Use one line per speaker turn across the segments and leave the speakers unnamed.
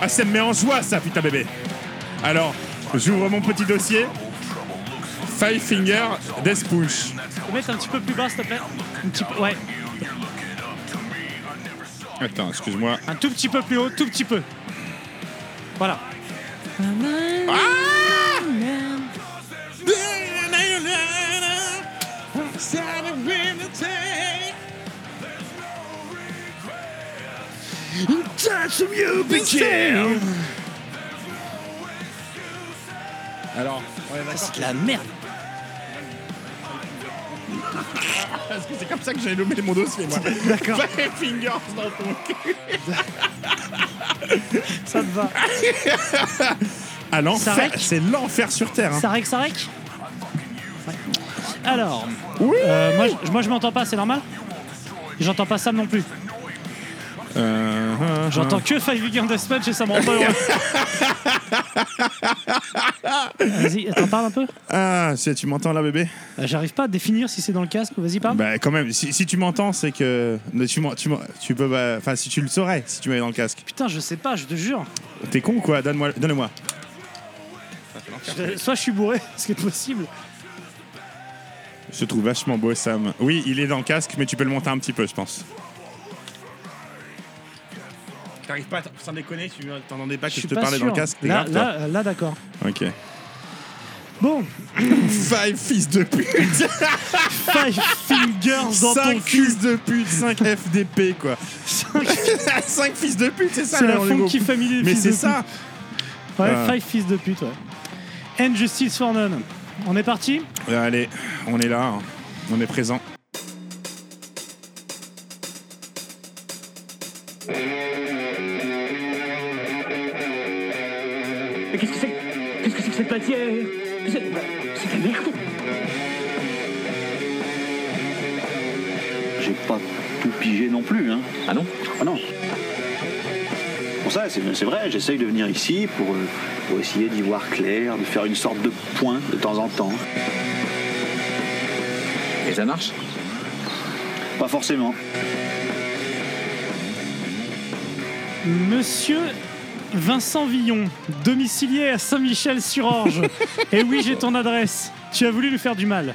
Ah, ça me met en joie, ça, putain bébé. Alors, j'ouvre mon petit dossier. Five Finger Death Push.
Faut mettre un petit peu plus bas, s'il te plaît. Un petit peu, ouais.
Attends, excuse-moi.
Un tout petit peu plus haut, tout petit peu. Voilà.
Ah Alors, on est d'accord
C'est de la merde.
parce que c'est comme ça que j'ai nommé mon dossier, moi.
D'accord.
Five Fingers dans ton cul.
Ça te va.
Ah, l'enfer.
Ça rec
C'est l'enfer sur Terre. hein.
Ça rec, ça rec Ouais. Alors,
Oui.
euh, moi, je- moi je m'entends pas, c'est normal J'entends pas Sam non plus.
Euh,
J'entends que Five Finger Death Punch et ça me rend pas heureux. Vas-y, attends, parle un peu.
Ah, si tu m'entends là, bébé
Bah, J'arrive pas à définir si c'est dans le casque ou vas-y, parle.
Bah, quand même, si, si tu m'entends, c'est que. ne- Tu, m'en- tu, m'en- tu peux. pas- Enfin, si tu le saurais, si tu m'avais dans le casque.
Putain, je sais pas, je te jure.
T'es con ou quoi Donne-moi. Donne-moi.
Je- Euh, soit je suis bourré, ce qui est possible.
Je trouve vachement beau, Sam. Oui, il est dans le casque, mais tu peux le monter un petit peu, je pense. T'arrives pas, sans déconner, tu t'entendais pas
je suis pas sûr. là, là, euh, là, d'accord.
Ok.
Bon,
Five fils de pute
Five Fingers dans ton
5
cul.
fils de pute 5 FDP, quoi 5 fils de pute, c'est ça
C'est
le
la
nom du
funky
groupe.
family des
Mais
fils
c'est
de
ça
pute. Ouais,
Euh.
Five fils de pute, ouais. And Justice for None. On est parti
Euh, Allez, on est là, hein. on est présent.
Mais qu'est-ce que c'est Qu'est-ce que c'est que cette matière C'est c'est de la merde
J'ai pas tout pigé non plus, hein.
Ah non
Ah non. Pour ça, c'est c'est vrai, j'essaye de venir ici pour, euh, pour essayer d'y voir clair, de faire une sorte de point de temps en temps.
Et ça marche
Pas forcément.
Monsieur Vincent Villon, domicilié à Saint-Michel-sur-Orge. Et oui, j'ai ton adresse. Tu as voulu lui faire du mal.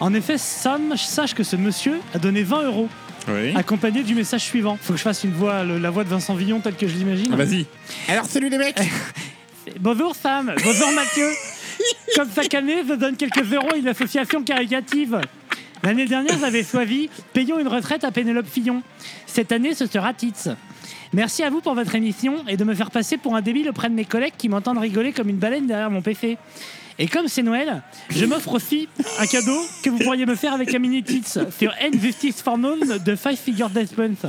En effet, Sam, sache que ce monsieur a donné 20 euros,
Oui.
accompagné du message suivant. Faut que je fasse une voix, le- la voix de Vincent Villon telle que je l'imagine.
Ah, Vas-y. Alors salut les mecs
Bonjour Sam, bonjour Mathieu. Comme chaque année, je donne quelques euros à une association caritative. L'année dernière, j'avais choisi Payons une retraite à Pénélope Fillon. Cette année, ce sera Tits. Merci à vous pour votre émission et de me faire passer pour un débile auprès de mes collègues qui m'entendent rigoler comme une baleine derrière mon PC. Et comme c'est Noël, je m'offre aussi un cadeau que vous pourriez me faire avec un mini tits sur N Justice for None de Five Figure Death Month.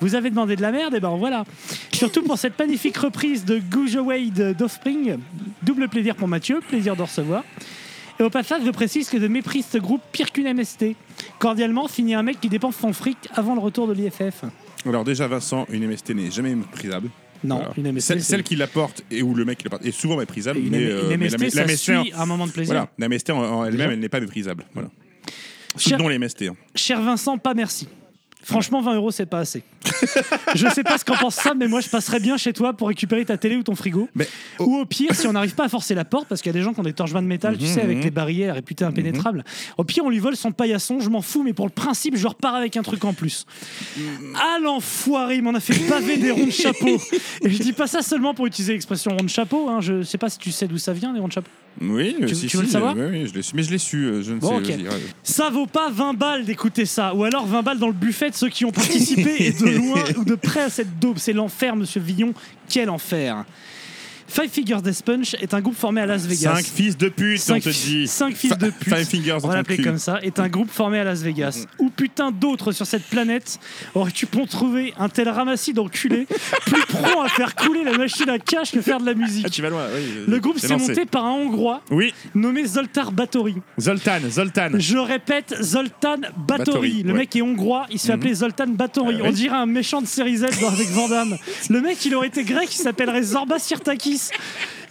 Vous avez demandé de la merde, et ben voilà. Surtout pour cette magnifique reprise de Goose Away de- d'Offspring. Double plaisir pour Mathieu, plaisir de recevoir. Et au passage, je précise que je méprise ce groupe pire qu'une MST. Cordialement, signé un mec qui dépense son fric avant le retour de l'IFF.
Alors déjà Vincent, une MST n'est jamais méprisable.
Non,
Voilà.
une MST.
Celle,
c'est-
celle qui l'apporte et où le mec qui l'apporte est souvent méprisable.
une,
mais,
M-
euh,
une
mais
MST,
la,
ça
la MST en-
suit un moment de plaisir.
Voilà, la MST en, en elle-même,
Déjà.
elle n'est pas méprisable. Voilà.
Cher-
Soutenons les MST. hein.
Cher Vincent, pas merci. Franchement, 20 euros, c'est pas assez. je sais pas ce qu'en pense Sam, mais moi, je passerais bien chez toi pour récupérer ta télé ou ton frigo.
Mais-
Ou au pire, si on n'arrive pas à forcer la porte, parce qu'il y a des gens qui ont des torches de métal, tu sais, avec les barrières réputées impénétrables. Au pire, on lui vole son paillasson, je m'en fous, mais pour le principe, je repars avec un truc en plus. Ah l'enfoiré, il m'en a fait pavé des ronds de chapeau. Et je dis pas ça seulement pour utiliser l'expression rond de chapeau, hein, je sais pas si tu sais d'où ça vient, les ronds de chapeau.
Oui, euh,
Tu-
si,
tu veux
si,
le savoir
euh, oui, oui, je l'ai su, mais je l'ai su, euh, je ne
Bon,
sais. je
ok.
dirais.
Ça vaut pas 20 balles d'écouter ça, ou alors 20 balles dans le buffet de ceux qui ont participé et de loin ou de près à cette daube. C'est l'enfer, monsieur Villon, quel enfer. Five Figures Death Punch est un groupe formé à Las Vegas.
Cinq fils de pute, on
Cinq
te
fi-
dit.
cinq fils de pute.
Five fingers
on
dans
va
ton
l'appeler
cul.
comme ça, est un groupe formé à Las Vegas.
Mm.
Où putain d'autres sur cette planète aurais-tu pu en trouver un tel ramassis d'enculés plus prompt à faire couler la machine à cash que faire de la
Ah,
musique
tu vas loin. oui,
Le
euh,
groupe
t'es
s'est
lancé.
monté par un Hongrois
Oui,
nommé Zoltar Batory.
Zoltan, Zoltan.
Je répète, Zoltan Batory.
Batory,
Le
ouais.
mec est hongrois, il se fait appeler Zoltan Batory.
Euh,
On
oui.
dirait un méchant de série Z dans- avec Van Damme. Le mec, il aurait été grec, il s'appellerait Zorba Sirtakis.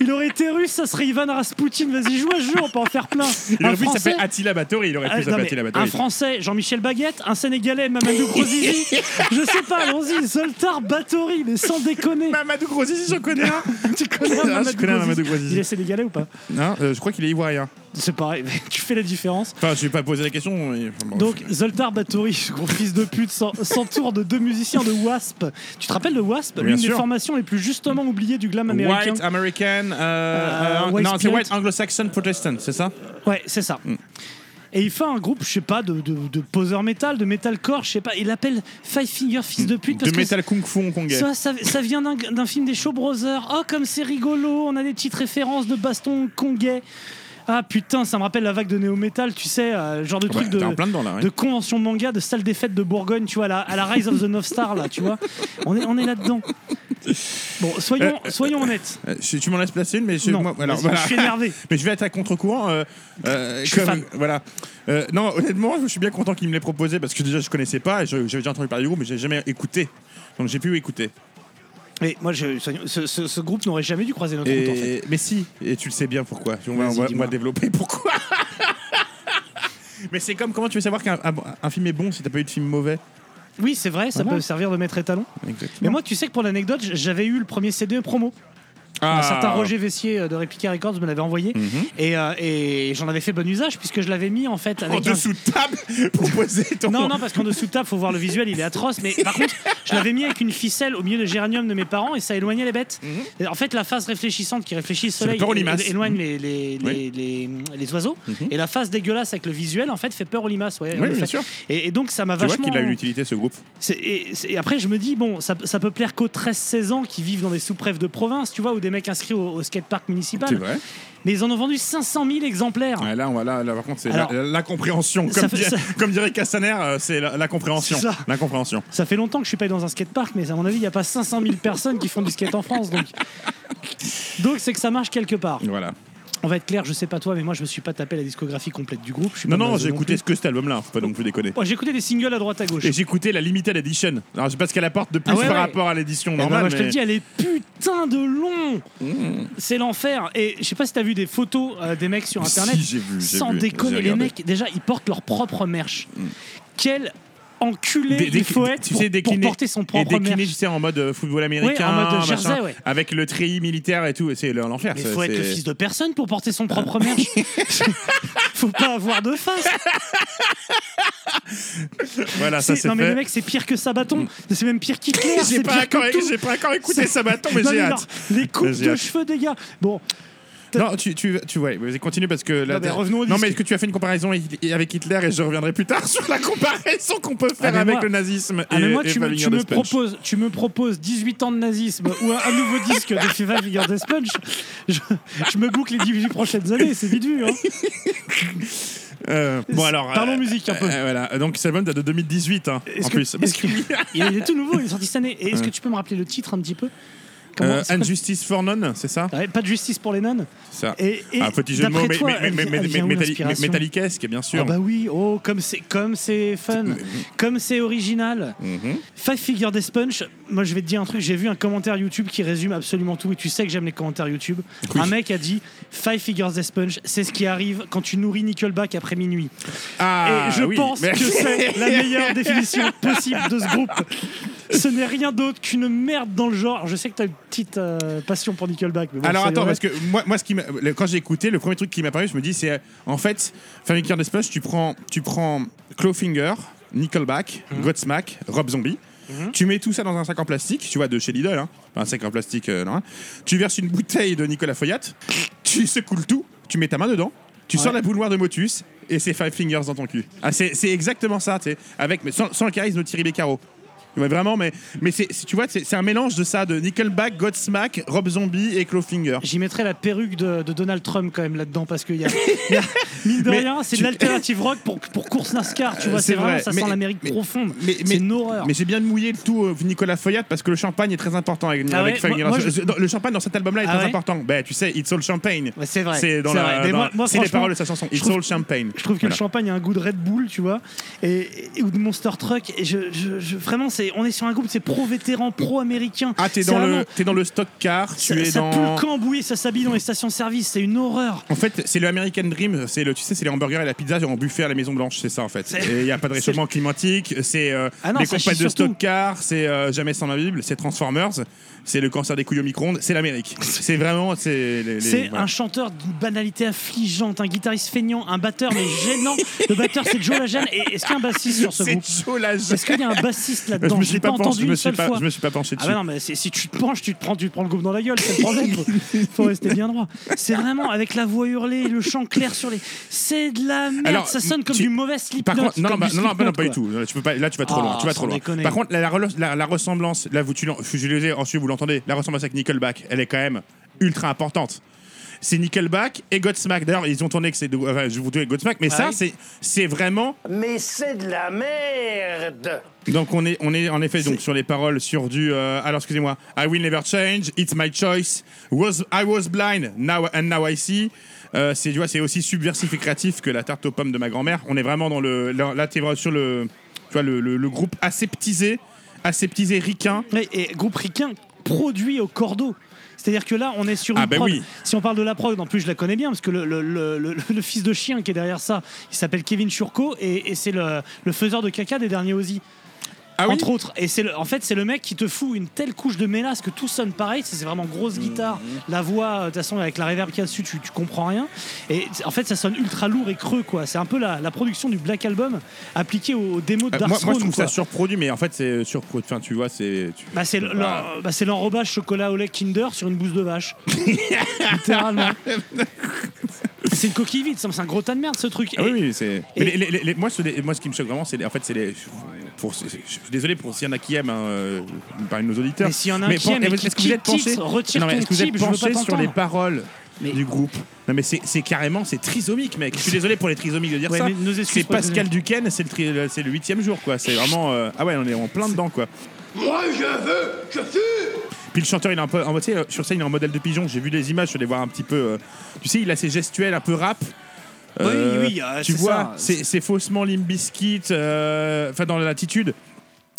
Il aurait été russe, ça serait Ivan Rasputin. Vas-y, joue à ce jeu, on peut en faire plein.
Il
un
aurait pu s'appeler
français,
Attila Bathory. Il aurait
euh,
pu s'appeler
non, mais
Attila
un
Bathory.
français, Jean-Michel Baguette, un sénégalais, Mamadou Grozizi. Je sais pas, allons-y, Zoltar Batory, mais sans déconner.
Mamadou Grozizi, j'en connais un. tu connais
Ah,
un Je connais un Mamadou
Il est
Grozizi.
sénégalais ou pas
Non, euh, je crois qu'il est ivoirien.
C'est pareil, tu fais la différence.
Enfin, je vais pas poser la question. mais- enfin, bon,
Donc Zoltar Batory, ce gros fils de pute, s'en- s'entoure de deux musiciens de Wasp. Tu te rappelles de Wasp
Bien
L'une des
sûr.
formations les plus justement oubliées du glam américain.
White American. euh, euh,
White
non, c'est
Spirit.
White Anglo-Saxon Protestant, c'est ça
Ouais, c'est ça.
Mm.
Et il fait un groupe, je sais pas, de, de, de poser metal, de metalcore, je sais pas. Il l'appelle Five Finger Fils de pute.
Mm. De
parce que
metal kung-fu hongkongais.
Ça, ça, ça vient d'un- d'un film des Show Brothers. Oh, comme c'est rigolo, on a des petites références de baston congais. Ah putain, ça me rappelle la vague de néo-metal, tu sais, euh, genre de truc
t'es
de,
en plein dedans, là, ouais.
de convention de manga, de salle des fêtes de Bourgogne, tu vois, à la, à la Rise of the North Star, là, tu vois. On est, on est là-dedans. Bon, soyons, soyons honnêtes.
Euh, je- tu m'en laisses placer une, mais je,
Non,
moi- alors,
vas-y,
voilà.
je suis énervé.
mais je vais être à contre-courant. euh, euh,
suis
comme-
fan.
voilà. Euh, non, honnêtement, je suis bien content qu'il me l'ait proposé parce que déjà je connaissais pas, et je- j'avais déjà entendu parler du groupe, mais j'ai jamais écouté. Donc j'ai pu écouter.
Mais moi, je- soyons- ce, ce- ce groupe n'aurait jamais dû croiser notre route, en fait.
Et, mais si, et tu le sais bien pourquoi. On va, on
Vas-y,
va- on
dis-moi.
va développer pourquoi. mais c'est comme comment tu veux savoir qu'un un- un film est bon si t'as pas eu de film mauvais.
Oui, c'est vrai, ça
Voilà.
peut servir de maître étalon. Mais
Exactement.
moi, tu sais que pour l'anecdote, j'avais eu le premier CD promo.
Ah.
Un certain Roger Vessier euh, de Replica Records me l'avait envoyé
Mhm.
et, euh, et j'en avais fait bon usage puisque je l'avais mis en fait avec
En
un-
dessous de table, proposer ton.
Non, non, parce qu'en dessous de table, faut voir le visuel, il est atroce. Mais par contre, je l'avais mis avec une ficelle au milieu des géraniums de mes parents et ça éloignait les bêtes.
Mhm.
Et En fait, la face réfléchissante qui réfléchit le soleil
fait peur aux limaces.
é- éloigne les, les, les,
Oui. Mhm.
les- les oiseaux. Et la face dégueulasse avec le visuel, en fait, fait peur aux limaces. Ouais, en
bien
effet.
sûr.
Et, et donc, ça m'a
Tu vois
vachement.
qu'il a eu l'utilité ce groupe.
C'est- Et, c'est- et après, je me dis, bon, ça, ça peut plaire qu'aux 13-16 ans qui vivent dans des sous-prefs de province, tu vois, ou des mecs inscrits au, au skatepark municipal.
C'est vrai.
Mais ils en ont vendu 500 000 exemplaires.
Ouais, là, on va, là, là, par contre, c'est la,
Ah. Alors,
la- la compréhension.
ça
Comme,
fait-
dirait-
ça-
comme dirait Castaner, euh, c'est la, la compréhension.
C'est ça.
La compréhension.
Ça fait longtemps que je suis pas allé dans un skatepark, mais à mon avis, il n'y a pas 500 000 personnes qui font du skate en France. Donc, donc c'est que ça marche quelque part.
Voilà.
On va être clair, je sais pas toi, mais moi, je me suis pas tapé la discographie complète du groupe. je suis
Non,
pas
non,
naze
j'ai écouté
plus.
ce que cet album-là, faut pas non plus déconner.
Moi, j'ai écouté des singles à droite à gauche.
Et j'ai écouté la Limited Edition. Alors, je sais pas ce qu'elle apporte de plus
Ah ouais,
par
ouais.
rapport à l'édition
Eh ben,
normale.
moi, je te
mais-
le dis, elle est putain de long. C'est l'enfer. Et je sais pas si t'as vu des photos euh, des mecs sur
Si,
internet.
j'ai vu, j'ai
Sans
vu, j'ai
déconner, les
regardé. Mm.
mecs, déjà, ils portent leur propre merch. Quel enculé
Dé-
il
dé-
faut être
tu
pour,
sais,
pour
décliner,
porter son
et
propre
décliner,
merch.
tu sais, en mode euh, football américain,
mode
machin,
jersey, ouais.
avec le treillis militaire et tout, et c'est l'enfer.
Mais
Ah, ça,
faut être le
c'est-
fils de personne pour porter son propre merch. faut pas avoir de face.
Voilà, Ah, ça
C'est-
c'est
non mais
fait.
les mecs, c'est pire que Sabaton. C'est même pire qu'Hitler.
J'ai
C'est
pas,
pire
encore-
que tout.
j'ai pas encore écouté Sabaton, mais
Non,
j'ai
mais
hâte.
alors, les coupes
J'ai
de
hâte.
cheveux des gars. Bon,
Non, tu, tu, tu ouais, vas-y, continue parce que là.
Non, mais revenons au
non,
disque.
mais est-ce que tu as fait une comparaison avec- avec Hitler et je reviendrai plus tard sur la comparaison qu'on peut faire
mais
avec
moi-
le nazisme
ah,
et,
mais moi,
et
tu, me,
Favinger
tu me
de Sponge.
proposes, tu me proposes 18 ans de nazisme ou un, un nouveau disque de Fifa Figure des Sponge. Je, je me boucle les 18 prochaines années, c'est vite vu. Hein.
Euh, bon alors.
Parlons musique, un peu.
euh, voilà, donc cet album date de 2018 hein, en
Est-ce que-
plus.
est-ce que- il est tout nouveau, il est sorti cette année. Et est-ce que tu peux me rappeler le titre un petit peu Comment-
Euh,
c'est quoi-
Unjustice for None, c'est ça
Ouais, Pas de justice pour les nonnes.
C'est ça.
Et, et
Un petit jeu de mots,
d'après
mais,
toi,
mais,
elle
mais,
vient-
mais-
elle vient où,
mais-
l'inspiration
métalliquesque, bien sûr.
Ah bah oui, oh comme c'est comme c'est fun, comme c'est original.
Mhm.
Five Figure Death Punch, moi je vais te dire un truc, j'ai vu un commentaire YouTube qui résume absolument tout et tu sais que j'aime les commentaires YouTube.
Oui.
Un mec a dit Five Figures Death Punch, c'est ce qui arrive quand tu nourris Nickelback après minuit.
Ah,
et je
oui,
pense
mais-
que c'est la meilleure définition possible de ce groupe. Ce n'est rien d'autre qu'une merde dans le genre. Alors, Je sais que t'as une petite euh, passion pour Nickelback. Mais bon,
Alors
ça y
attends,
va.
parce que moi, moi ce qui m'a- le- quand j'ai écouté, le premier truc qui m'est paru, je me dis, c'est euh, en fait, Family Care Sponge, tu prends, tu prends Clawfinger, Nickelback, Godsmack, Rob Zombie. Tu mets tout ça dans un sac en plastique, tu vois, de chez Lidl, hein. Enfin, un sac en plastique, euh, non, hein. tu verses une bouteille de Nicolas Foyat, tu secoues le tout, tu mets ta main dedans, tu sors
Ouais.
la boule noire de Motus, et c'est Five Fingers dans ton cul. Ah, c'est c'est exactement ça, tu sais, avec, mais sans, sans le charisme de Thierry Beccaro. Ouais, vraiment, mais, mais c'est c'est- tu vois, c'est c'est un mélange de ça, de Nickelback, Godsmack, Rob Zombie et Clawfinger.
J'y mettrais la perruque de, de Donald Trump quand même là-dedans parce qu'il y a, il y a- Mine de
Mais
rien, c'est
tu-
de l'alternative rock pour, pour course NASCAR, tu
Euh,
vois.
c'est
C'est vraiment,
vrai,
ça
mais-
sent l'Amérique
mais-
profonde.
mais- mais-
C'est une horreur.
Mais j'ai bien mouillé le tout euh, Nicolas Feuillade parce que le champagne est très important avec,
Ah
avec
ouais,
Feuillade.
moi- moi, je-
Euh, dans- Le champagne dans cet album-là est
Ah
très
ouais
important. Ben, tu sais, It's All Champagne.
Ouais, c'est vrai.
C'est dans
c'est
la-
vrai. Mais
dans-
moi- moi,
c'est les
franchement,
paroles de sa chanson.
je
It's
trouve-
All Champagne.
Je trouve que
Voilà.
le champagne a un goût de Red Bull, tu vois, et, et- ou de Monster Truck. Et je, je- je- vraiment, c'est, on est sur un groupe, c'est pro-vétéran, pro-américain.
Ah, t'es
C'est
dans,
vraiment-
le, t'es dans le stock car, tu
ça,
es
ça
dans.
pue le cambouis, ça s'habille dans les stations-service, c'est une horreur.
En fait, c'est le American Dream, c'est le, tu sais, c'est les hamburgers et la pizza en buffet à la Maison Blanche, c'est ça en fait.
C'est-
Et il n'y a pas de réchauffement climatique, c'est euh,
Ah non,
les
ça
compagnes
chie
de
surtout.
stock car, c'est euh, jamais sans la Bible, c'est Transformers, c'est le cancer des couilles au micro-ondes, c'est l'Amérique. C'est vraiment, c'est. les- les-
C'est
voilà.
un chanteur d'une banalité affligeante, un guitariste feignant, un batteur mais gênant. Le batteur c'est Joe Lajane. Et est-ce qu'il y a un bassiste sur ce
C'est
groupe
chaud la
Est-ce qu'il y a un bassiste
Je
là-dedans
me
l'ai
suis pas penché,
entendu
je me
une
suis
seule
pas,
fois.
je me suis pas penché
Ah
dessus.
bah non, mais c'est- si tu te penches, tu te prends, tu te prends le groupe dans la gueule, c'est le problème. Faut- Faut rester bien droit. C'est vraiment avec la voix hurlée, le chant clair sur les. C'est de la merde.
Alors,
ça sonne comme
tu-
du mauvais slip.
Par contre, non, non, bah, non, non, bah, non, pas du tout. Non, Tu peux pas, là, tu vas trop
Ah,
loin. Tu vas
sans
trop loin.
déconner.
Par contre, la, la relo- la- la ressemblance, là, vous, tu l'en- je l'ai dit, ensuite, vous l'entendez, la ressemblance avec Nickelback, elle est quand même ultra importante. C'est Nickelback et Godsmack. D'ailleurs, ils ont tourné que c'est. de- Enfin, je vous dis Godsmack, mais ça,
Ah oui.
c'est c'est vraiment.
Mais c'est de la merde
Donc, on est, on est en effet donc, sur les paroles, sur du. euh, alors, excusez-moi. I will never change, it's my choice. Was, I was blind, now, and now I see. Euh, c'est tu vois, c'est aussi subversif et créatif que la tarte aux pommes de ma grand-mère. On est vraiment dans le. Là, là, t'es vraiment sur le, tu vois, le, le- le groupe aseptisé, aseptisé ricain.
Ouais, Et, groupe ricain produit au cordeau. C'est-à-dire que là, on est sur une
Ah bah
prod.
oui.
Si on parle de la prod, en plus, je la connais bien, parce que le, le- le- le- le fils de chien qui est derrière ça, il s'appelle Kevin Churko, et, et c'est le, le faiseur de caca des derniers Ozzy.
Ah oui
entre autres. Et c'est le- en fait, c'est le mec qui te fout une telle couche de mélasse que tout sonne pareil. C'est c'est vraiment grosse
Mmh.
guitare, la voix, euh, de toute façon, avec la reverb qu'il y a dessus, tu, tu comprends rien. Et t- en fait, ça sonne ultra lourd et creux, quoi. C'est un peu la, la production du Black Album appliquée aux, aux démos de
Euh, moi,
Dark
moi,
Throne,
je trouve
quoi.
ça surproduit, mais en fait, c'est surproduit. Enfin, tu vois, c'est. tu-
Bah, c'est le-
Bah.
l'en- bah, c'est l'enrobage chocolat au lait Kinder sur une bouse de vache. Littéralement. C'est une coquille vide, ça, c'est un gros tas de merde ce truc.
Ah
Et-
oui, oui, c'est.
et-
mais les- les- les- moi, ce, les- moi, ce qui me choque vraiment, c'est les- en fait, c'est les. Pour, c'est- je suis désolé pour s'il y en a qui aiment, hein, euh, parmi nos auditeurs.
Mais s'il y en a un qui aime et qui-
est-ce que
qui
vous êtes
titre,
penché
retire
Non, mais
ton
est-ce que vous êtes
type, je veux pas
penché sur
t'entendre.
les paroles
Mais-
du groupe Non, mais c'est c'est carrément, c'est trisomique, mec. Je suis désolé pour les trisomiques de dire
Ouais,
ça.
mais nos excuses
C'est
pour les
Pascal Duquesne, c'est le, tri- le- c'est le huitième jour, quoi. C'est vraiment. euh, ah ouais, on est en plein dedans, quoi.
Moi, je veux, je fume
Puis le chanteur, il est un peu. En, tu sais, euh, sur scène, il est en modèle de pigeon. J'ai vu les images, je suis allé voir un petit peu. euh, tu sais, il a ses gestuels un peu rap. Euh,
oui, euh,
tu
c'est
vois,
ça.
c'est c'est faussement Limp Bizkit, euh, enfin dans l'attitude.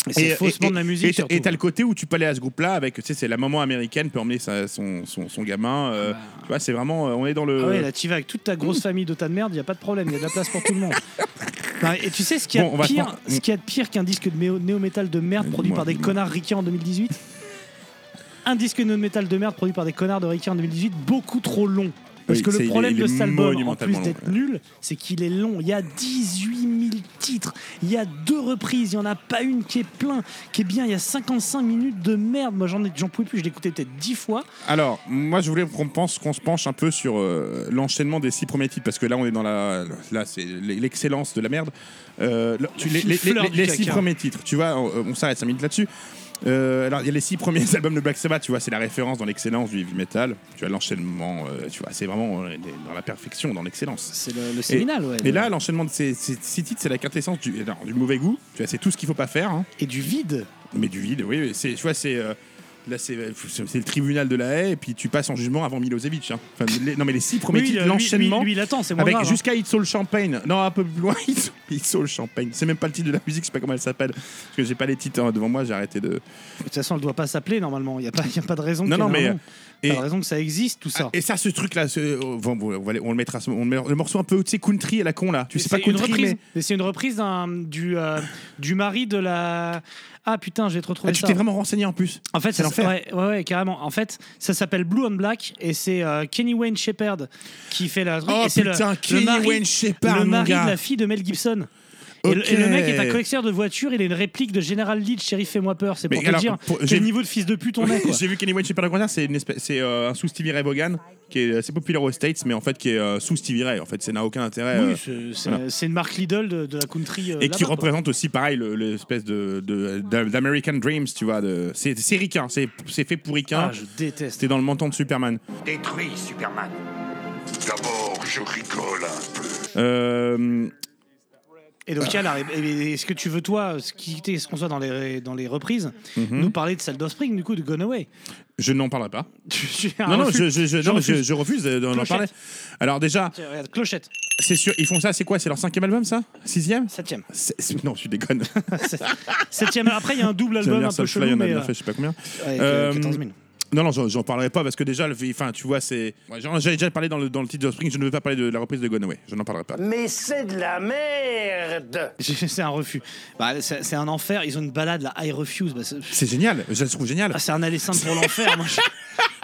c'est faussement de la musique,
et- et-
surtout.
Et t'as le côté où tu peux aller à ce groupe-là avec, tu sais, c'est la maman américaine peut emmener sa- son, son, son gamin. euh, Tu vois, c'est vraiment, euh, on est dans le.
bah. Ah ouais, là, tu vas avec toute ta grosse famille de tas de merde, il n'y a pas de problème, il y a de la place pour tout le monde. Non, et tu sais ce qu'il y, a
Bon, on
de
va
pire-
prendre-
ce qu'il y a de pire qu'un disque de méo- néo-métal de merde produit
Dis-moi,
par des
dis-moi.
connards ricains en 2018 Un disque néo-métal de merde produit par des connards de ricains en 2018, beaucoup trop long. Parce
Oui,
que
c'est-
le
il est-
problème
il est
de cet album, en
monumentalement
plus d'être
long,
nul, c'est qu'il est long. Il y a 18 000 titres, il y a deux reprises, il n'y en a pas une qui est plein, qui est bien. Il y a 55 minutes de merde. Moi, j'en ai- j'en pouvais plus, je l'ai écouté peut-être 10 fois.
Alors, moi, je voulais qu'on pense, qu'on se penche un peu sur euh, l'enchaînement des six premiers titres parce que là, on est dans la, là, c'est l'e- l'excellence de la merde. Euh, le- tu- les, les- les-
Fleur du
les six
caca.
premiers titres, tu vois, on, on s'arrête cinq minutes là-dessus. Euh, alors, il y a les six premiers albums de Black Sabbath, tu vois, c'est la référence dans l'excellence du heavy metal. Tu as l'enchaînement, euh, tu vois, c'est vraiment euh, dans la perfection, dans l'excellence.
C'est le, séminal, ouais.
Et là, l'enchaînement de ces, ces six titres, c'est la quintessence du, alors, du mauvais goût. Tu vois, c'est tout ce qu'il faut pas faire. hein.
et du vide.
Mais du vide, oui. oui. C'est, tu vois, c'est. euh, Là, c'est, c'est le tribunal de la haie, et puis tu passes en jugement avant Milosevic. hein. Enfin, les- non, mais les six premiers
Oui,
titres,
euh, lui-
l'enchaînement.
Lui, lui, il attend, c'est moins
avec
grave, hein.
jusqu'à It's All Champagne. Non, un peu plus loin, It's, It's All Champagne. C'est même pas le titre de la musique, je sais pas comment elle s'appelle. Parce que j'ai pas les titres hein, devant moi, j'ai arrêté de.
De toute façon, elle doit pas s'appeler normalement. Il n'y a, pas- y a pas de raison.
Non,
qu'elle
non, mais,
ait un
euh,
nom.
et-
Pas de raison que ça existe, tout ça.
Ah, et ça, ce truc-là, ce- oh, bon, bon, on, va aller- on le mettra. ce- on le met- le morceau un peu, tu sais, country à la con, là. Tu sais pas
une
country,
reprise.
mais.
Mais c'est une reprise d'un- du, euh, du mari de la. Ah putain, j'ai trop
Ah,
trouvé
tu
ça.
t'es vraiment renseigné en plus.
En fait, ça,
l'enfer.
ouais, ouais, ouais, carrément. En fait, ça s'appelle Blue on Black et c'est euh, Kenny Wayne Shepherd qui fait la.
Oh,
et c'est
putain, Kenny Wayne Shepherd,
le
mon
mari
gars.
de la fille de Mel Gibson. Et, le, et le
Ok.
mec est un collectionneur de voitures. Il a une réplique de General Lee, de Sheriff Fais-moi peur. C'est pour
Mais
te
alors,
dire
pour- j'ai-
quel niveau de fils de pute on est. quoi.
J'ai vu Kenny Wayne chez Père Concert, c'est une espèce- c'est euh, un sous Stevie Ray Vaughan qui est assez populaire aux States, mais en fait qui est euh, sous Stevie Ray. En fait, ça n'a aucun intérêt. euh,
Oui, c'est- c'est
voilà.
c'est une marque Lidl de, de la country. euh,
Et qui
là-bas, quoi.
représente aussi, pareil, le- l'espèce de de- d'a- d'American Dreams, tu vois. de- C'est c'est ricain, c'est c'est fait pour ricain.
Ah, je déteste.
C'était dans le menton de Superman.
Détruis Superman.
D'abord, je rigole un peu.
Euh,
Et donc, Yann arrive. Et- et Est-ce que tu veux, toi, ce qui- ce qu'on soit dans les, dans les reprises,
Mhm.
nous parler de Saldo Spring, du coup, de Gone Away
je n'en parlerai pas.
Tu- tu-
non, non,
Ah, refuse.
je, je, je-
Je
non,
refuse.
je- je refuse euh, d'en
Clochette.
parler. Alors déjà,
Tiens, regarde, Clochette,
c'est sûr, ils font ça, c'est quoi C'est leur cinquième album, ça Sixième
septième.
C'est- c'est- Non, tu déconnes.
septième. Après, il y a un double
Tiens,
album un
Lars
peu
Ulfly, il y
chelou,
en a
mais.
bien
euh,
fait, je sais pas combien.
ouais,
Euh,
14 000.
Non, non, j'en j'en parlerai pas parce que déjà, le- enfin, tu vois, c'est. ouais, j'en- J'avais déjà parlé dans le, dans le titre de Spring, je ne veux pas parler de la reprise de Gone Away. Je n'en parlerai pas.
Mais c'est de la merde
C'est un refus. Bah, c'est c'est un enfer. Ils ont une balade, la I Refuse. Bah, c'est
C'est génial, je le trouve génial.
ah, c'est un alessandre pour l'enfer. moi, je-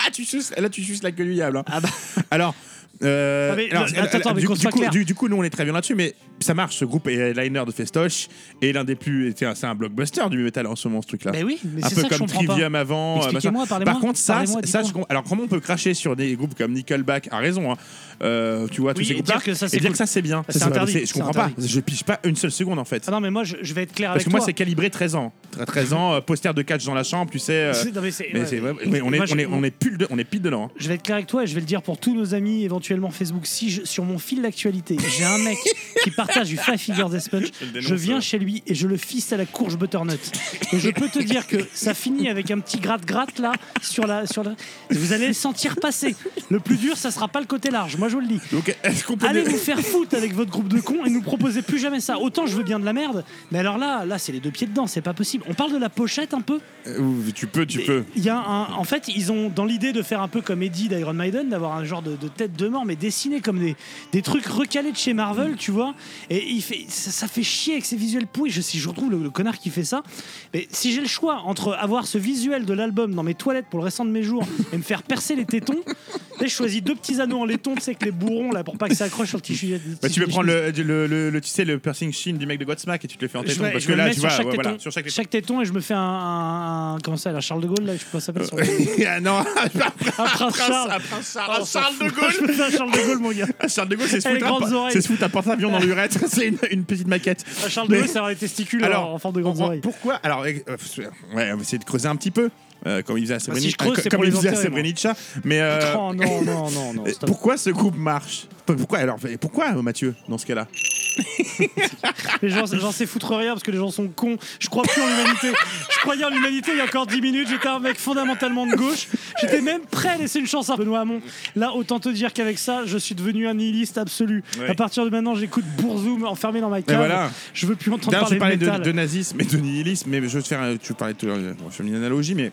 Ah, tu suces, là, tu suces la gueule du diable. hein.
Ah bah.
Alors. euh,
Ah, mais,
alors,
attends, attends, mais
du,
qu'on
du
soit
coup,
clair.
du- du coup, nous on est très bien là-dessus, mais ça marche. Ce groupe est liner de festoche et l'un des plus, c'est un, c'est un blockbuster du métal en ce moment, ce truc-là.
Mais bah oui, mais
un
c'est
peu
ça que je
comme
comprends pas.
Trivium avant. euh, machin.
Expliquez-moi, parlez-moi,
Par contre, ça,
parlez-moi,
ça, je
dites-moi.
comprends- alors comment on peut cracher sur des groupes comme Nickelback À raison, hein. Euh, tu vois, tous
Oui,
ces
et
groupes-là.
dire que ça, c'est
et dire
cool.
que ça, c'est bien.
C'est
Ça, ça,
interdit,
c'est- Je
c'est
comprends pas.
interdit.
Je pige pas une seule seconde en fait.
Ah non, mais moi, je, je vais être clair
Parce
avec
que moi,
toi.
c'est calibré 13 ans. Tre- 13 ans, euh, poster de catch dans la chambre, tu sais. euh,
C'est- non, mais c'est-
mais
ouais.
c'est- ouais, mais on est,
Moi, je-
on est, on est pile de- on est pile dedans. hein.
Je vais être clair avec toi et je vais le dire pour tous nos amis éventuellement Facebook. Si je- sur mon fil d'actualité, j'ai un mec qui partage du Five Figures Death Punch,
le dénonce,
je viens
ouais.
chez lui et je le fisse à la courge butternut. Et je peux te dire que ça finit avec un petit gratte-gratte là sur la, sur la. Vous allez le sentir passer. Le plus dur, ça sera pas le côté large. Moi, je vous le dis.
Donc, est-ce qu'on peut.
Allez vous faire foutre avec votre groupe de cons et nous proposez plus jamais ça. Autant je veux bien de la merde, mais alors là, là c'est les deux pieds dedans, c'est pas possible. On parle de la pochette un peu.
Euh, Tu peux, tu peux.
Il y a un, en fait, ils ont dans l'idée de faire un peu comme Eddie d'Iron Maiden, d'avoir un genre de, de tête de mort, mais dessiné comme des, des trucs recalés de chez
Mm.
Marvel, tu vois. Et il fait, ça, ça fait chier avec ces visuels pourris. Je, si je retrouve le, le connard qui fait ça, mais si j'ai le choix entre avoir ce visuel de l'album dans mes toilettes pour le restant de mes jours et me faire percer les tétons, là, je choisis deux petits anneaux en laiton, tu sais, avec les bourrons là pour pas que ça accroche sur le tissu.
Bah, tu peux
tissu-
prendre le, le, le- le- tu sais, le piercing chin du mec de Godsmack et tu te le fais en
Je
téton.
vais,
parce
je
que
me le
là,
mets
tu
sur,
vois,
chaque
ouais, voilà,
téton,
sur chaque téton.
chaque téton et je me fais un, un- comment ça, la Charles de Gaulle là, je sais pas comment ça s'appelle sur le-
Ah non,
Un prince Charles.
un prince Charles, un Charles
Oh, s'en
de
fout.
Gaulle.
Je me fais un Charles de Gaulle, mon gars.
Ah, Charles de Gaulle, c'est se
Elle a
foutre
les grandes
un pa-
oreilles.
c'est se foutre un porte-avions dans l'urètre, c'est une, une petite maquette.
Un Charles de
Mais-
Gaulle, ça aurait les testicules en forme de grandes
on- on-
oreilles.
Pourquoi Alors, euh, euh, ouais, on va essayer de creuser un petit peu, euh, comme il faisait à
Bah, si je
Srebrenica.
creuse,
euh,
c'est
comme
pour
il
les
faisait à
enterrer, moi.
Srebrenica. Mais euh,
Oh non, non, non, non.
euh,
stop.
pourquoi ce groupe marche Pourquoi alors Pourquoi euh, Mathieu dans ce cas-là
Les gens, j'en sais foutre rien parce que les gens sont cons. Je crois plus en l'humanité. Je croyais en l'humanité il y a encore 10 minutes. J'étais un mec fondamentalement de gauche. J'étais même prêt à laisser une chance à Benoît Hamon. Là, autant te dire qu'avec ça, je suis devenu un nihiliste absolu.
Ouais.
À partir de maintenant, j'écoute Bourzoum enfermé dans ma
Mais
cave.
voilà.
Je veux plus entendre
D'ailleurs, tu
parler
parlais
de
de,
métal.
de nazisme et de nihilisme, mais je vais te faire, un- tu parlais tout à l'heure, euh, bon, je fais une analogie, mais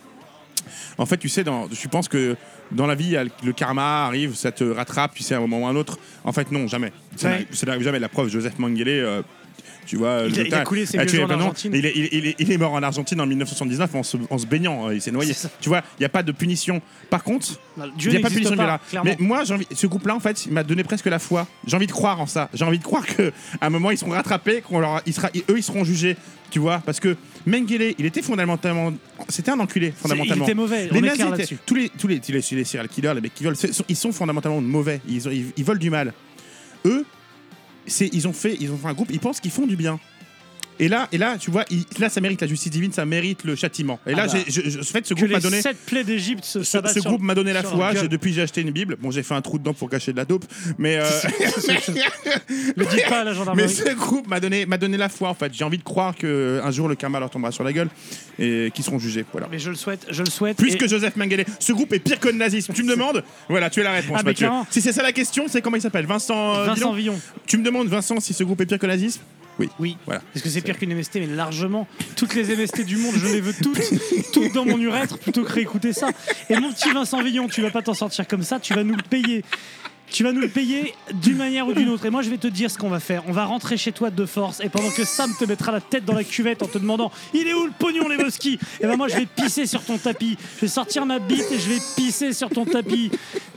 en fait, tu sais, dans, je pense que dans la vie, il y a le- le karma arrive, ça te rattrape, tu sais, à un moment ou à un autre. En fait, non, jamais. Ça
Ouais.
n'arrive- ça n'arrive jamais. La preuve, Joseph Mengele. euh, tu vois, le Ah,
Il a- il a
docteur
coulé ses vieux
tué
jours
les
en
prénoms.
Argentine.
Il est, il est- il est- il est mort en Argentine en 1979 en se, en se baignant. euh, Il s'est noyé.
C'est ça.
Tu vois, il n'y a pas de punition. Par contre,
Non,
il
Dieu
n'y a pas de punition
n'existe
de
pas,
Vera.
clairement.
Mais moi, j'ai envie, ce groupe-là, en fait, il m'a donné presque la foi. J'ai envie de croire en ça. J'ai envie de croire qu'à un moment, ils seront rattrapés, qu'on leur, ils sera, eux, ils seront jugés. Tu vois, parce que Mengele, il était fondamentalement. C'était un enculé, fondamentalement.
il était mauvais, on
Les
est
nazis
clair
étaient-
là-dessus.
tous les, tous les, les, les serial killers, les mecs qui volent, ce sont- ils sont fondamentalement mauvais. Ils, ont- ils, ils volent du mal. Eux, c'est, ils ont fait, ils ont fait un groupe. Ils pensent qu'ils font du bien. Et là, et là, tu vois, ils- là, ça mérite la justice divine, ça mérite le châtiment. Et là,
Ah bah.
j'ai- je, je- en fait, ce
que
groupe m'a
les
donné
sept plaies d'Égypte se
ce,
s'abattent
ce
sur-
groupe m'a donné la
sur
foi.
gueule.
j'ai- depuis, j'ai acheté une Bible. Bon, j'ai fait un trou dedans pour cacher de la dope, mais euh,
Le dis pas à la
mais
gendarmerie.
ce groupe m'a donné m'a donné la foi. En fait, j'ai envie de croire que euh, un jour le karma leur tombera sur la gueule et qu'ils seront jugés. Voilà.
Mais je le souhaite, je le souhaite.
Plus
Et-
que Joseph Mengele, ce groupe est pire que le nazisme. Tu me demandes Voilà, tu as la réponse,
Ah, mais
Mathieu.
clairement.
Si c'est ça la question, c'est comment il s'appelle Vincent, euh,
Vincent
Villon
Villon.
Tu me demandes, Vincent, si ce groupe est pire que le nazisme Oui.
Oui.
Voilà.
Parce que c'est pire qu'une MST, mais largement. Toutes les MST du monde, je les veux toutes, toutes dans mon urètre plutôt que réécouter ça. Et mon petit Vincent Villon, tu vas pas t'en sortir comme ça, tu vas nous le payer. Tu vas nous le payer d'une manière ou d'une autre. Et moi, je vais te dire ce qu'on va faire. On va rentrer chez toi de force. Et pendant que Sam te mettra la tête dans la cuvette en te demandant Il est où le pognon, les Moskis Et ben moi, je vais pisser sur ton tapis. Je vais sortir ma bite et je vais pisser sur ton tapis.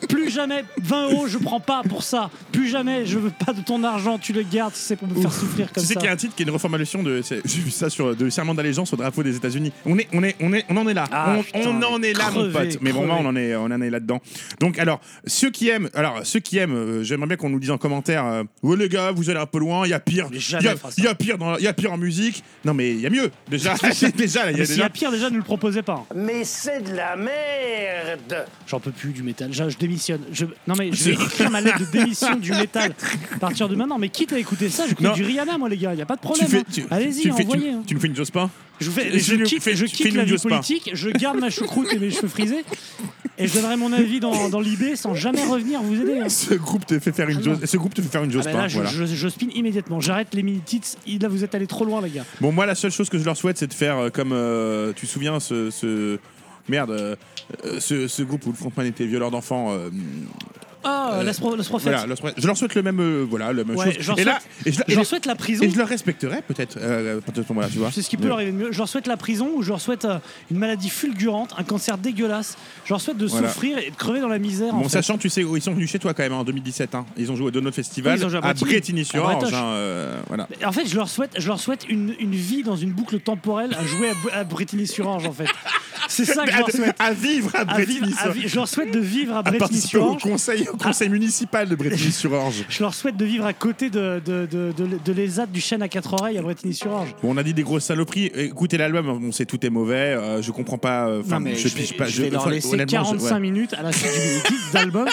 Plus jamais 20 euros, je prends pas pour ça. Plus jamais, je veux pas de ton argent. Tu le gardes si c'est pour me faire souffrir comme
tu sais
ça.
qu'il y a un titre qui est une reformulation de c'est- j'ai vu ça sur de serment d'allégeance au drapeau des États-Unis. On est on est on est on en est là.
Ah,
on,
putain,
on en est là mon
crevé,
pote. Mais bon
crevé.
là, on en est on en est là-dedans. Donc alors ceux qui aiment alors ceux ceux qui aiment, euh, j'aimerais bien qu'on nous dise en commentaire euh, Ouais, les gars, vous allez un peu loin, il y a pire.
Mais
Il
jamais
y, a-
on fera ça.
il y a pire dans la- il y a pire en musique. Non, mais il y a mieux. Déjà, c'est déjà, là, il y a
Ah, Mais s'il y
déjà.
a pire, déjà, ne le proposez pas. hein.
Mais c'est de la merde
J'en peux plus du métal. Je, je démissionne. Je- non, mais je vais écrire ma lettre de démission du métal à partir de maintenant. Mais quitte à écouter ça, j'écoute
Non.
du Rihanna, moi, les gars. Il n'y a pas de
Tu
problème.
fais,
hein.
tu,
Allez-y,
tu, fais- tu-
envoyez. hein.
tu me fais une Jospin
Je, vous fais-
Fais-
je
fais-
quitte,
fais-
je quitte
fais-nous
la
du
vie
spa.
politique, je garde ma choucroute et mes cheveux frisés, et je donnerai mon avis dans, dans l'IB sans jamais revenir vous aider. hein.
Ce groupe te fait faire une Jos- ce groupe te fait faire une
Ah ben
Jospin.
là, je,
voilà.
je, je spin immédiatement. J'arrête les mini-tits. Là, vous êtes allés trop loin, les gars.
Bon, moi, la seule chose que je leur souhaite, c'est de faire euh, comme. euh, tu te souviens, ce. ce- Merde, euh, euh, ce, ce groupe où le frontman était violeur d'enfants. euh,
Ah,
Euh,
la Las, Pro- Las Prophètes.
voilà, leur souhaite- je leur souhaite le même, euh, voilà, la même
Ouais,
chose.
je leur
Et là, et je, et
Je leur
je-
souhaite la prison.
et je leur respecterais peut-être euh, à partir de ce moment-là, tu vois.
C'est ce qui peut leur arriver de mieux. Je leur souhaite la prison ou je leur souhaite euh, une maladie fulgurante, un cancer dégueulasse. Je leur souhaite de
Voilà.
souffrir et de crever dans la misère. en
Bon,
fait.
sachant, tu sais, ils sont venus chez toi quand même hein, en 2017. hein. Ils ont joué au Donut Festival
Oui, ils ont joué à
à
Bretigny. À
Bretigny-sur-Orge.
Bretoche.
hein, euh, voilà.
En fait, je leur souhaite, je leur souhaite une, une vie dans une boucle temporelle à jouer à, Br- à Bretigny-sur-Orge, en fait. C'est ça que je leur souhaite.
À, à vivre à
À vivre- à vi-
Bretigny-sur-Orge.
je leur souhaite de vivre à Ah.
À participer au
Bretigny-sur-Orge.
conseil, au conseil municipal de Bretigny-sur-Orge.
Je leur souhaite de vivre à côté de, de, de, de, de l'ESAT du chêne à quatre oreilles à Bretigny-sur-Orge.
Bon, on a dit des grosses saloperies. Écoutez l'album, on sait tout est mauvais. euh, je comprends pas. euh, Enfin,
Non, mais
je,
je, vais,
pige pas.
je vais leur
enfin,
laisser
honnêtement, je-
45
ouais.
minutes à la suite du mini-titre d'album.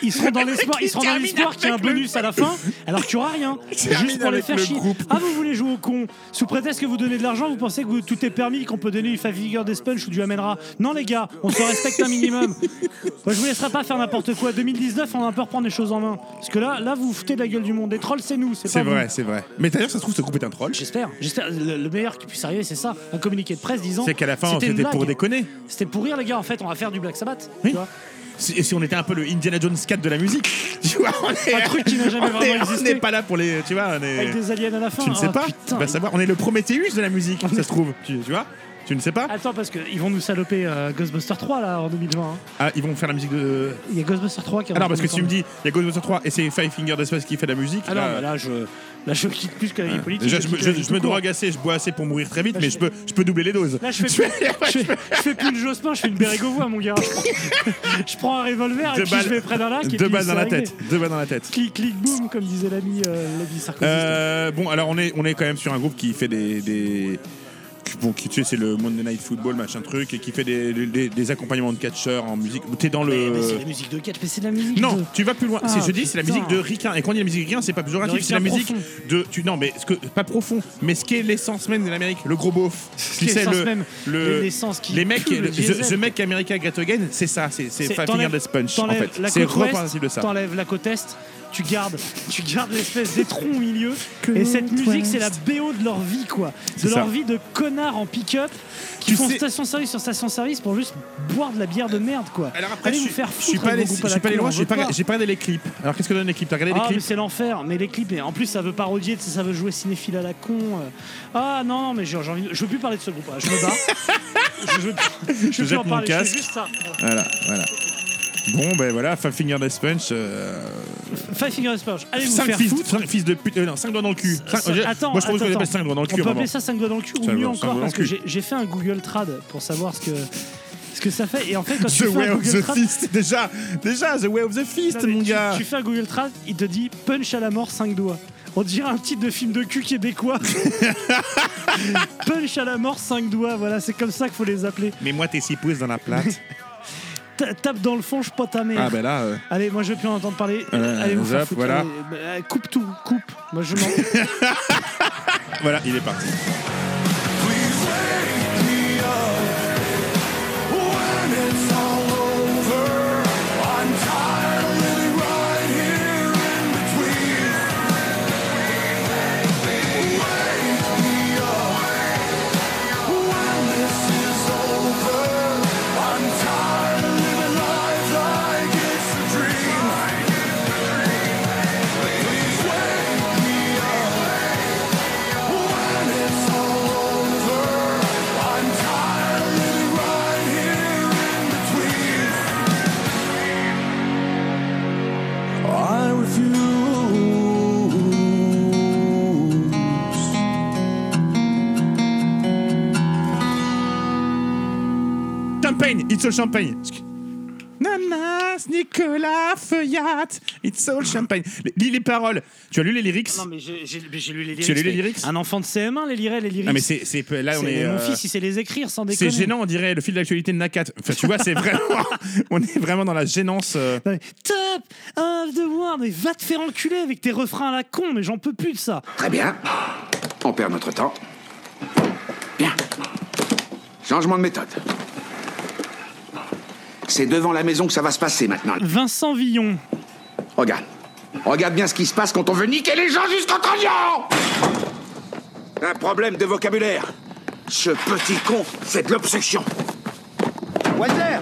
Ils seront dans l'espoir, ils seront dans l'espoir qu'il y ait un bonus à la fin, alors qu'il n'y aura rien. Juste
termine
pour les
avec
faire
le
chier.
groupe.
Ah, vous voulez jouer au con Sous prétexte que vous donnez de l'argent, vous pensez que vous- tout est permis, qu'on peut donner une figure des sponges ou du amènera. Non, les gars, on se respecte un minimum. Moi, je vous laisserai pas faire n'importe quoi. 2019, on va un peu reprendre les choses en main. Parce que là, là, vous vous foutez de la gueule du monde. Les trolls, c'est nous, c'est pas
C'est
vous.
vrai, c'est vrai. Mais d'ailleurs, ça se trouve, ce groupe est un troll.
J'espère, j'espère. Le, le meilleur qui puisse arriver, c'est ça. Un communiqué de presse disant.
C'est qu'à la fin,
une
c'était pour
blague.
déconner.
C'était pour rire, les gars, en fait, on va faire du Black Sabbath.
Oui.
tu vois.
Si, si on était un peu le Indiana Jones 4 de la musique, tu vois, on est,
Un truc qui n'a jamais
on
vraiment
est- on
existé.
n'est pas là pour les, tu vois, on est-
Avec des aliens à la fin.
tu ne sais
Ah,
pas, Bah,
putain.
tu vas savoir, on est le Prometheus de la musique, ça se trouve, tu, tu vois, tu ne sais pas.
Attends, parce qu'ils vont nous saloper euh, Ghostbusters 3 là en 2020. hein.
Ah, ils vont faire la musique de.
Il y a Ghostbusters 3 qui
Ah non, parce que si
tu
tu me dis, il y a Ghostbusters 3 et c'est Five Finger Death Punch qui fait la musique.
Ah non, bah là, je, là, je quitte plus que la vie politique.
Ah. Déjà, je, me-
quitte
je-
la vie
je
tout
me
court.
drogue assez, je bois assez pour mourir très vite,
Là,
mais
je-
je peux, je peux doubler les doses.
Là, je fais, plus, je, fais, je fais plus le Jospin, je fais une Bérégovois, mon gars. Je prends, je prends un revolver et
Deux
puis
balles-
je vais près d'un lac. et
Deux
puis
balles dans
c'est
la
réglé.
tête, deux balles dans la tête.
Clic, clic, boum, comme disait l'ami euh, l'ami Sarkozy.
Euh, bon, alors on est, on est quand même sur un groupe qui fait des. des- qui- Bon, qui, tu sais, c'est le Monday Night Football, machin truc, et qui fait des, des- des accompagnements de catcheurs en musique. T'es dans
Mais, mais c'est
le.
la musique de catch, mais c'est de la musique.
Non,
de-
tu vas plus loin.
Ah,
C'est- je dis, c'est la
putain.
musique de Riquin. Et quand on dit la musique de Riquin, c'est pas
De
péjoratif, c'est la
Riquin
musique
profond.
de. Tu, non, mais ce que, pas profond, mais ce qu'est l'essence même de l'Amérique, le gros beauf.
Ce
Qui
qu'est
c'est
l'essence
le-
même,
le-
l'essence qui
Les mecs,
pue le
le-
diesel.
the, the Make America Great Again, c'est ça, c'est c'est
C'est-
Five Finger
t'enlèves-
Death Punch, en
t'enlèves
fait.
la
C'est
côte ouest,
représentatif de ça.
T'enlèves la côte est, tu gardes, tu gardes l'espèce d'étron au milieu. et cette musique, c'est la BO de leur vie, quoi. De
C'est
leur
ça.
vie de connards en pick-up qui
Tu
font
sais-
station-service sur station-service pour juste boire de la bière de merde, quoi.
Alors après,
Allez
je,
vous faire
je
foutre.
suis pas
les
allé, je suis pas allé loin, j'ai pas, j'ai pas regardé les clips. Alors qu'est-ce que donne les clips T'as regardé les
hein. ah, mais
clips
c'est l'enfer, mais les clips, et en plus ça veut parodier, tu sais, ça veut jouer cinéphile à la con. euh. Ah non, non, mais j'ai j'ai envie. de- Je veux plus parler de ce groupe, là. je me bats. je veux, je veux plus
jette
en
mon
parler, je
casque.
fais juste ça.
Voilà, voilà. Bon, ben voilà, Five Finger Death Punch. Euh,
Five Finger Spurge, allez vous
5
faire
fils,
foutre.
cinq fils de pute. euh, non, 5 doigts dans le cul. Cinq-
Ça-
je-
attends,
moi je propose
attends,
qu'on appelle
attends.
5 doigts dans le
On
cul.
peut
à un moment.
appeler ça 5 doigts dans le cul ou
Cinq
mieux
doigts- cinq doigts
encore
dans
parce
le
que
cul.
j'ai j'ai fait un Google Trad pour savoir ce que ce que ça fait et en fait quand
The
tu fais
Way
un
of
Google
the
Trad
Fist. Déjà, déjà, The Way of the Fist,
Non, mais
mon
tu,
gars.
tu fais un Google Trad, il te dit punch à la mort 5 doigts. On dirait un titre de film de cul québécois. punch à la mort 5 doigts, voilà, c'est comme ça qu'il faut les appeler.
Mais moi, t'es 6 pouces dans la plate.
Ta- tape dans le fond, je pas ta mère.
ah, ben là. euh,
Allez, moi je veux plus en entendre parler.
Euh,
Allez, vous faire
zap,
foutre.
voilà.
Allez, bah, euh, coupe tout, coupe. Moi je m'en.
Voilà, il est parti.
I refuse.
Champagne, it's all champagne. Na, na, Just Nicolas Feuillatte, It's all champagne. Lis les paroles. Tu as lu les lyrics
Non, mais j'ai j'ai- j'ai lu les lyrics.
Tu as lu les
mais
lyrics
Un enfant de CM1, les lirait, les lyrics.
Ah, mais c'est c'est- là on
C'est
est.
mon
euh,
fils, il sait les écrire sans déconner.
C'est gênant, on dirait le fil d'actualité de Nakat. Enfin, tu vois, c'est vraiment. on est vraiment dans la gênance. euh.
Ouais. Top of the world, mais va te faire enculer avec tes refrains à la con, mais j'en peux plus de ça.
Très bien. On perd notre temps. Bien. Changement de méthode. C'est devant la maison que ça va se passer maintenant.
Vincent Villon,
Regarde. Regarde bien ce qui se passe quand on veut niquer les gens jusqu'en trognon Un problème de vocabulaire. Ce petit con, c'est de l'obstruction.
Walter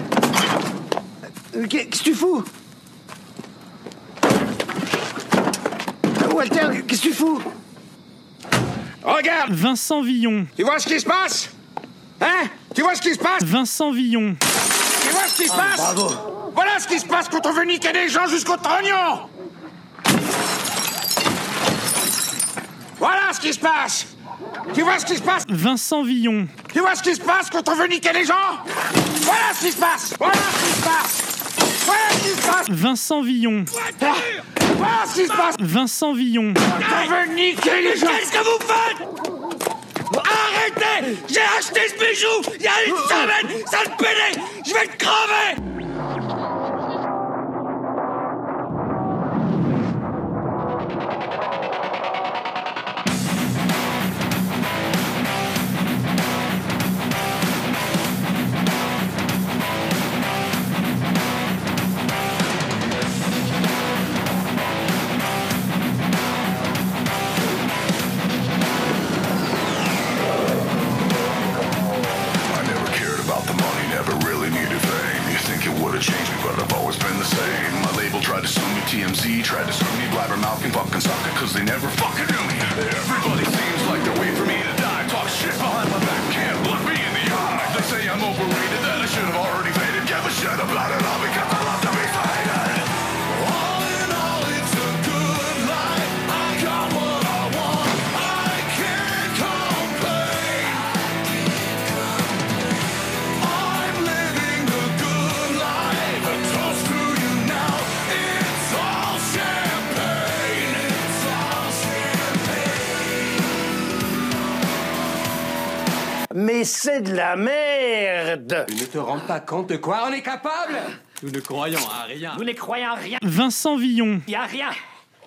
Euh, Qu'est-ce que tu fous Euh, Walter, qu'est-ce que tu fous
Regarde
Vincent Villon,
Tu vois ce qui se passe Hein Tu vois ce qui se passe
Vincent Villon.
Tu vois ce qui se passe Voilà ce qui se passe quand on veut niquer les gens jusqu'au trognon Voilà ce qui se passe Tu vois ce qui se passe
Vincent Villon,
Tu vois ce qui se passe quand on veut niquer les gens Voilà ce qui se passe Voilà ce qui se passe Voilà ce qui se passe
Vincent Villon,
Voilà ce qui se passe
Vincent Villon,
quand on veut niquer les gens Qu'est-ce que vous faites Arrêtez J'ai acheté ce bijou il y a une semaine Sale pédé Je vais te crever
I never cared about the money, never really needed fame. You think it would've changed me, but I've always been the same. My label tried to sue me, TMZ tried to sue me, blabbermouth and fucking sucker, cause they never fucking knew me. Everybody seems like they're waiting for me to die. Talk shit behind my back, can't look me in the eye. They say I'm overrated, that I should have already faded. Give a shit about it all because I love to be faded. All in all, it's a good life. I got what I want. I can't complain. I'm living the good life. A toast to you now. It's all champagne. It's all
Mais c'est de la merde
Tu ne te rends pas compte de quoi on est capable Nous ne croyons à rien.
Vous ne croyez en rien,
Vincent Villon,
y a rien.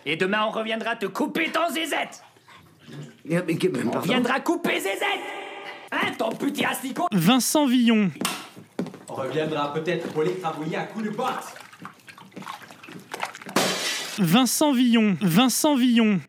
Et demain, on reviendra te couper ton zézette. On reviendra couper zézette. Hein, ton putain asticot
Vincent Villon,
On reviendra peut-être pour les travailler à coups de botte.
Vincent Villon, Vincent Villon,